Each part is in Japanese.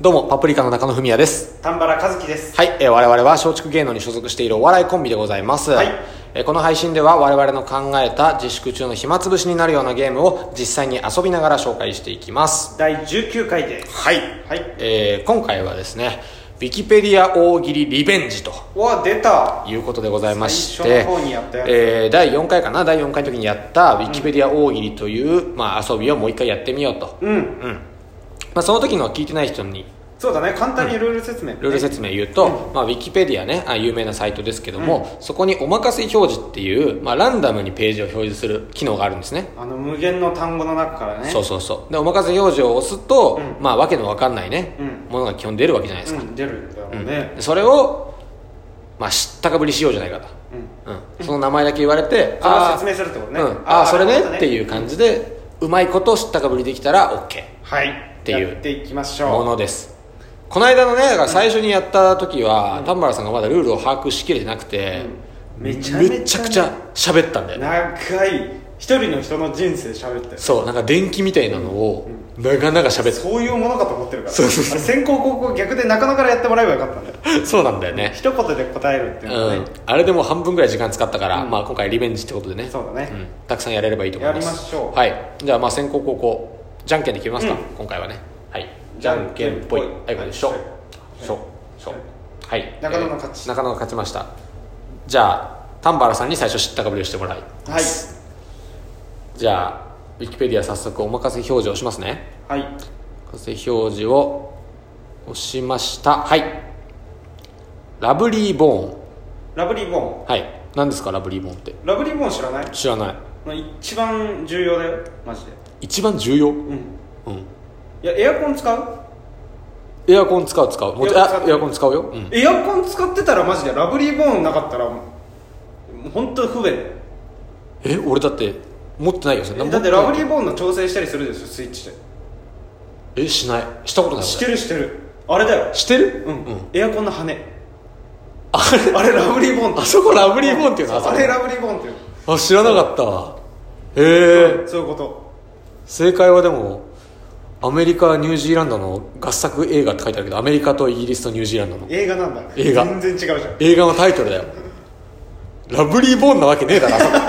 どうも、パプリカの中野文也です。丹原和樹ですはい、えー我々は松竹芸能に所属しているお笑いコンビでございます。はいえーこの配信では我々の考えた自粛中の暇つぶしになるようなゲームを実際に遊びながら紹介していきます。第19回ですはい。はいえー今回はですね、ウィキペディア大喜利リベンジとわ出たいうことでございまして、最初の方にやったやつえー第4回かな、第4回の時にやったウィキペディア大喜利という、まあ、遊びをもう一回やってみようと。うんうん。まあ、その時のは聞いてない人にそうだね簡単にルール説明、ルール説明言うと、まあ、ウィキペディアねあ有名なサイトですけども、そこにおまかせ表示っていう、まあ、ランダムにページを表示する機能があるんですねあの無限の単語の中からねそうそうそうでおまかせ表示を押すと、うまあわけのわかんないね、うんものが基本出るわけじゃないですか、うん、出るんだろうね、でそれを、まあ、知ったかぶりしようじゃないかと、うん、その名前だけ言われて、それをあー説明するってことねうん、あああーそれなねるほどねっていう感じでうまいことを知ったかぶりできたら OK はいていうやっていきましもょのですこの間のねだから最初にやった時は、丹原さんがまだルールを把握しきれてなくて、うんめちゃめちゃねめちゃくちゃ喋ったんだうよね長い一人の人の人生喋ってそうなんか電気みたいなのを長々喋ってそういうものかと思ってるからそうそうそうあれ先行後攻逆で中野からやってもらえばよかったんだよた そうなんだよね一言で答えるってういうのはね、んあれでもう半分ぐらい時間使ったから、うんまあ今回リベンジってことでねそうだねんたくさんやれればいいと思いますやりましょうはいじゃあまあ先行後攻じゃんけんで決めますか、うん今回はねはいじゃんけんぽいはいこれでしょはいしょしょはい中野の勝ちえー中野が勝ちましたじゃあ丹原さんに最初知ったかぶりをしてもらいはいじゃあウィキペディア早速お任せ表示をしますねはいお任せ表示を押しましたはいラブリーボーンラブリーボーンはい何ですかラブリーボーンってラブリーボーン知らない知らないまあ一番重要だよマジで一番重要うんんいやエアコン使うエアコン使う使うもちエアコン使あうエアコン使うよ、うん、エアコン使ってたらマジでラブリーボーンなかったらもう本当不便え俺だって持ってないよそれだってラブリーーボーンの調整したりするでしょスイッチでえしないしたことない俺してるしてるあれだよしてるうん、エアコンの羽あれあれラブリーボーンってあそこラブリーボーンっていうのそうああそれこラブリーボーンっていうあ知らなかったわへえそういうこと正解はでもアメリカニュージーランドの合作映画って書いてあるけどアメリカとイギリスとニュージーランドの映画なんだ映画全然違うじゃん映画のタイトルだよラブリーボーンなわけねえ だろあそこ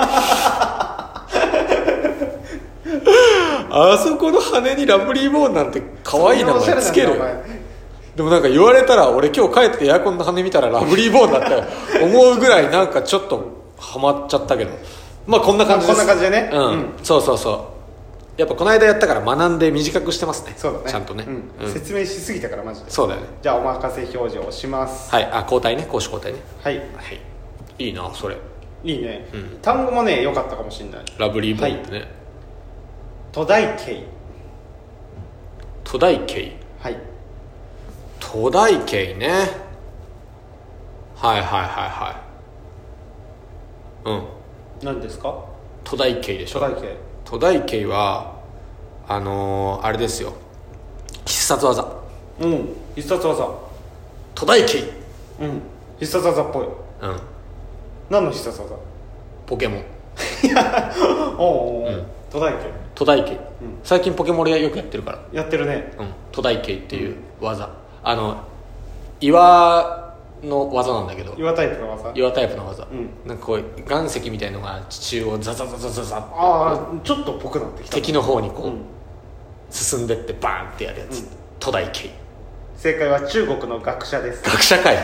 あそこの羽にラブリーボーンなんて可愛い名そん前おしつゃれけなるんだよでもなんか言われたら俺今日帰ってエアコンの羽見たらラブリーボーンだって思うぐらいなんかちょっとハマっちゃったけどまあこんな感じですまあこんな感じでねうん、うそうそうそうやっぱこの間やったから学んで短くしてますねそうだねちゃんとね、ううん説明しすぎたからマジでそうだよねじゃあお任せ表示をしますはいあ交代ね攻守交代ねはいはいいいなそれいいね、単語もね良かったかもしれないラブリーボーンってね、都大慶都大慶はい都大慶ねはいはいはいはいうん何ですか都大慶でし都ょ大慶都大慶はあのー、あれですよ必殺技うん必殺技都大慶うん必殺技っぽいうん何の必殺技 ポケモンおおお都大慶都大慶、最近ポケモン俺よくやってるからやってるねうん都大慶っていう技、あの岩の技なんだけど岩タイプの技岩タイプの技、んなんかこう岩石みたいのが地中をザザザザザザってああちょっとぽくなってきた敵の方にこう、うん進んでってバーンってやるやつ、都大慶正解は中国の学者です学者会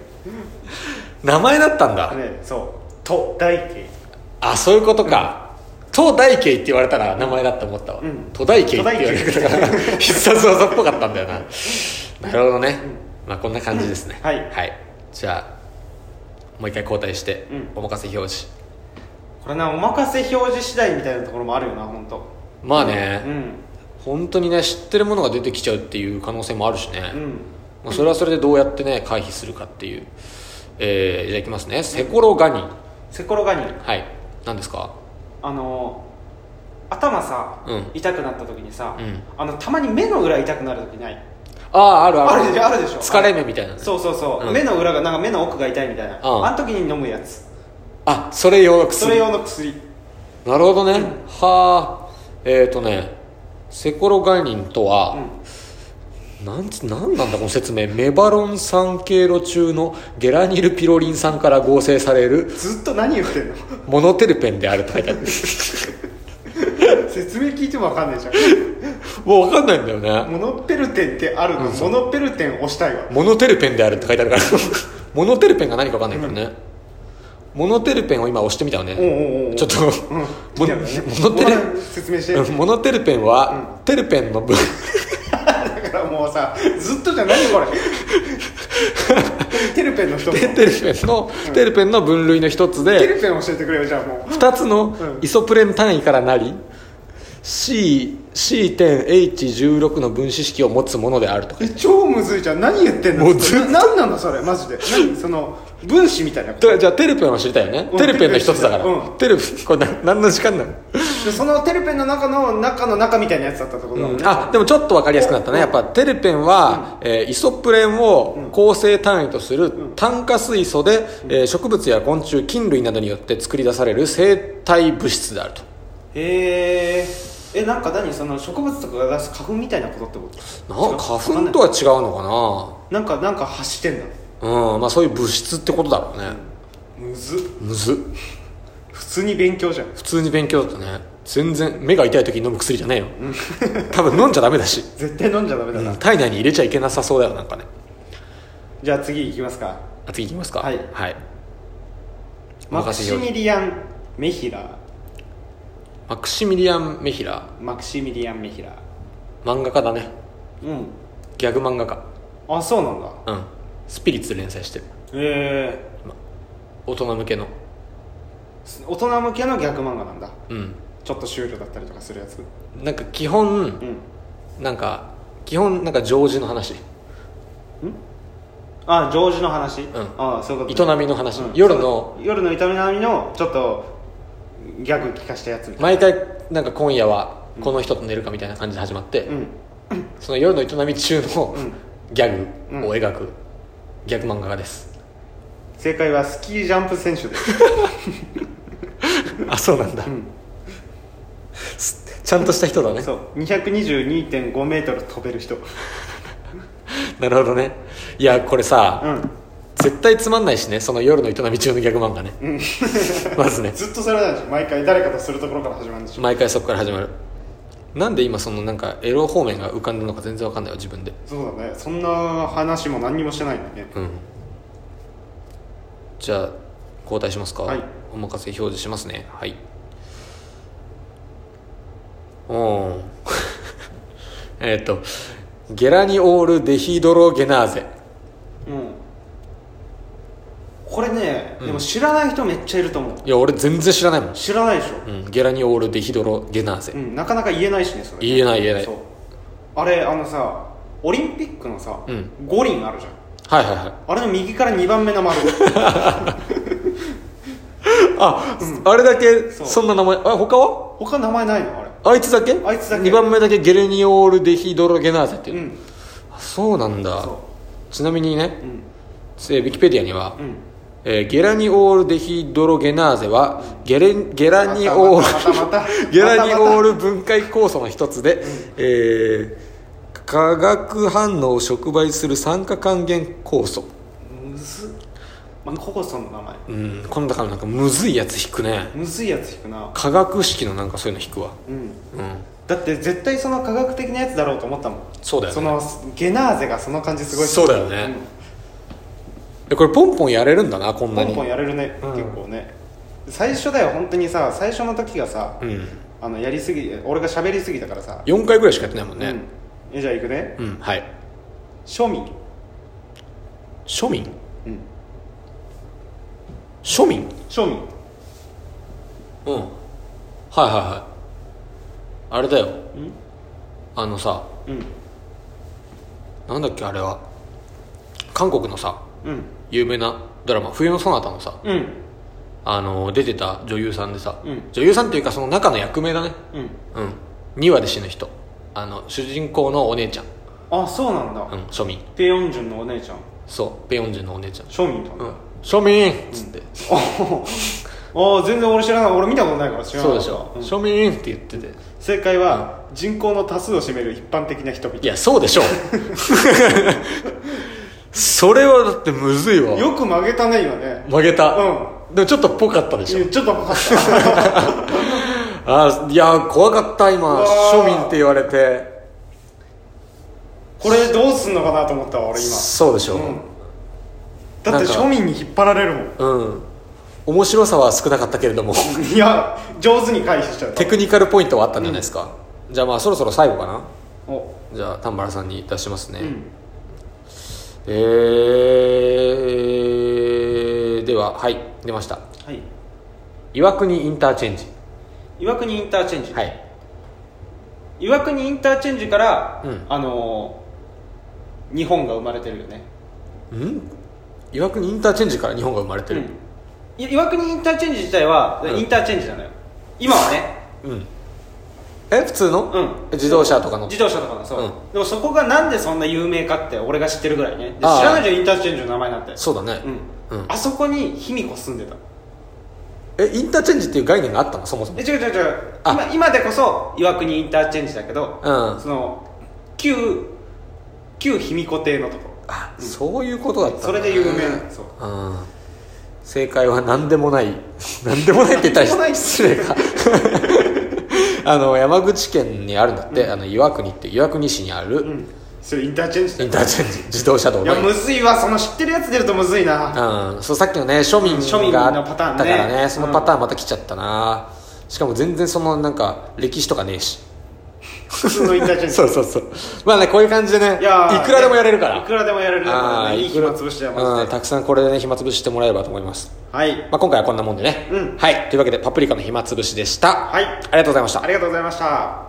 名前だったんだ、ねそう都大慶あそういうことか、都大慶って言われたら名前だって思ったわ、うん都大慶って言われたから 必殺技っぽかったんだよななるほどね、まあこんな感じですね、うんはいじゃあもう一回交代して、うんお任せ表示これなお任せ表示次第みたいなところもあるよな本当。まあね、うん本当にね知ってるものが出てきちゃうっていう可能性もあるしね、うんまあ、それはそれでどうやってね回避するかっていう、えー、じゃあいきますねセコロガニセコロガニはい何ですかあの頭さ、うん痛くなった時にさ、うんあのたまに目の裏痛くなる時ないあああるあるあるでしょあるでしょ疲れ目みたいなねそうそうそう、うん目の裏がなんか目の奥が痛いみたいな、うんあの時に飲むやつあそれ用の薬それ用の薬なるほどね、はあえっ、ー、とねセコロガニンとは、うんなんつなんなんだこの説明メバロン酸経路中のゲラニルピロリン酸から合成されるずっと何言ってんの モノテルペンであるって書いてある説明聞いても分かんないじゃんもう分かんないんだよねモノペルテンってあるの、モノペルテン押したいわモノテルペンであるって書いてあるからモノテルペンが何か分かんないからね、モノテルペンを今押してみたよねおうおうおうちょっと、うんモ気になるねモノテルモノ説明してうんモノテルペンは、テルペンの分だからもうさずっとじゃん何 これテルペンの人もテテルペンの、テルペンの分類の一つでルペン教えてくれよじゃあもう2つのイソプレン単位からなり C- C.H16 の分子式を持つものであるとえ超むずいじゃん何言ってんのもうずっとな何なのそれマジで何その分子みたいなこととじゃあテルペンは知りたいよね、うんテルペンの一つだから、うんテルペ ンこれな何の時間なの、でそのテルペンの中の中の中みたいなやつだったってことだもんね、あでもちょっと分かりやすくなったねやっぱテルペンは、えーイソプレンを構成単位とする炭化水素で、えー植物や昆虫菌類などによって作り出される生体物質であるとへええなんか何その植物とかが出す花粉みたいなことってこと違なう花粉とわは違うのかんないなんかなんか発してんだかなうんまあそういう物質ってことだろうね、むずっむずっ普通に勉強じゃん普通に勉強だったね全然目が痛い時に飲む薬じゃねえ よ多分飲んじゃダメだし絶対飲んじゃダメだな、体内に入れちゃいけなさそうだよなんかねじゃあ次いきますかあ次いきますかはいはい、マ任クせシようミリアン・メヒラマクシミリアン・メヒラーマクシミリアン・メヒラー漫画家だねうんギャグ漫画家あそうなんだうんスピリッツで連載してるへえ大人向けの大人向けの逆漫画なんだうんちょっとシュールだったりとかするやつうなんか基本んなんか基本なんか常時の話あジョージの話、うんあそういう営ことね、みの話、うん夜の夜の営みのちょっとギャグ聞かしたやつみたい毎回なんか今夜はこの人と寝るかみたいな感じで始まって、なうんその夜の営み中の、んギャグを描くギャグ漫画家です、正解はスキージャンプ選手ですあそうなんだ、すちゃんとした人だねそう222.5メートル飛べる人なるほどねいやこれさ、うん絶対つまんないしねその夜の営み中のギャグ漫画ね、まずね ずっとそれなんでしょ毎回誰かとするところから始まるんでしょ毎回そこから始まるなんで今そのなんかエロ方面が浮かんでるのか全然わかんないわ自分でそうだねそんな話も何にもしてないんだねうんじゃあ交代しますかはいお任せ表示しますねはいおー えっとゲラニオールデヒドロゲナーゼうんこれね、でも知らない人めっちゃいると思ういや俺全然知らないもん、知らないでしょ、うん、ゲラニオールデヒドロゲナーゼ、うんなかなか言えないしねそれ言えない言えないそうはあれあのさオリンピックのさ、うん五輪あるじゃんいはい はいあれの右から2番目 の丸あ、あれだけそうそんな名前あ他は他名前ないのあれあいつだけあいつだけ2番目だけゲレニオールデヒドロゲナーゼっていう、うんあそうなんだそちなみにねううんえーウィキペディアには、うんえーゲラニオールデヒドロゲナーゼはゲレゲラニオまたーまたまたまたル ゲラニオール分解酵素の一つで、えー化学反応を触媒する酸化還元酵素むずっ、まあ、ココソの名前うん今度からなんかむずいやつ引くねむずいやつ引くな化学式のなんかそういうの引くわうんうんだって絶対その科学的なやつだろうと思ったもんそうだよねそのゲナーゼがその感じすごいそうだよねでこれポンポンやれるんだなこんポなンにポンやれるね、うん結構ね最初だよ本当にさ最初の時がさ、うんあのやりすぎ俺が喋りすぎたからさ、 4回ぐらいしかやってないもんねうん、えじゃあいくねうん、はい庶民庶民うん庶民庶民うんはいはいはいあれだよあのさうんなんだっけあれは韓国のさうん有名なドラマ「冬のソナタ」のさうんあの出てた女優さんでさ、うん女優さんっていうかその中の役名だねうんうん2話で死ぬ人あの主人公のお姉ちゃんあそうなんだ、うん庶民ペヨンジュンのお姉ちゃんそうペヨンジュンのお姉ちゃん庶民とうなんんだ、庶民っつって、 おおああ全然俺知らない俺見たことないから知らないそうでしょ、庶民って言ってて正解は人口の多数を占める一般的な人々いやそうで しょうそれはだってむずいわよく曲げたね今ね曲げた、うでもちょっとぽかったでしょちょっと分 かったあーいやー怖かった今うわー庶民って言われてこれどうすんのかなと思ったわ俺今そうでしょうん、だって庶民に引っ張られるもううん面白さは少なかったけれども んいや上手に回避しちゃったテクニカルポイントはあったんじゃないですか、じゃあまあそろそろ最後かなおじゃあ丹原さんに出しますね、んえー、でははい出ましたはい岩国インターチェンジ岩国インターチェンジ、はい岩国インターチェンジから、うんあのー日本が生まれてるよね、ん岩国インターチェンジから日本が生まれてうるん、い岩国インターチェンジ自体は、うんインターチェンジなのよ今はねうん、え普通の、うん自動車とかの自動車とかのそう、うんでもそこがなんでそんな有名かって俺が知ってるぐらいねで知ああらないじゃんインターチェンジの名前なんてそうだね、うんうんあそこに卑弥呼住んでたえインターチェンジっていう概念があったのそもそもえ違う違う違うあ今今でこそ岩国インターチェンジだけど、うんその旧旧卑弥呼邸のとこあ、そういうことだったんだそれで有名なのそううん正解は何でもない 何でもないって言った何でもならい失礼か あの山口県にあるんだって、あの岩国って岩国市にある、うんそれインターチェンジだインターチェンジ自動車道いねやむずいわその知ってるやつ出るとむずいなうん、 そうさっきのね庶民庶民のがあったからパタねーンねそのパターンまた来ちゃったな、しかも全然そのなんか歴史とかねえし普通のインターチェンジそうそうそうまあねこういう感じでねいーくらでもやれるからいくらでもやれるからあねーいい暇つぶしだよマうんジでたくさんこれでね暇つぶししてもらえればと思います、はいまあ、今回はこんなもんでね、うんはいというわけでパプリカの暇つぶしでした、はいありがとうございましたありがとうございました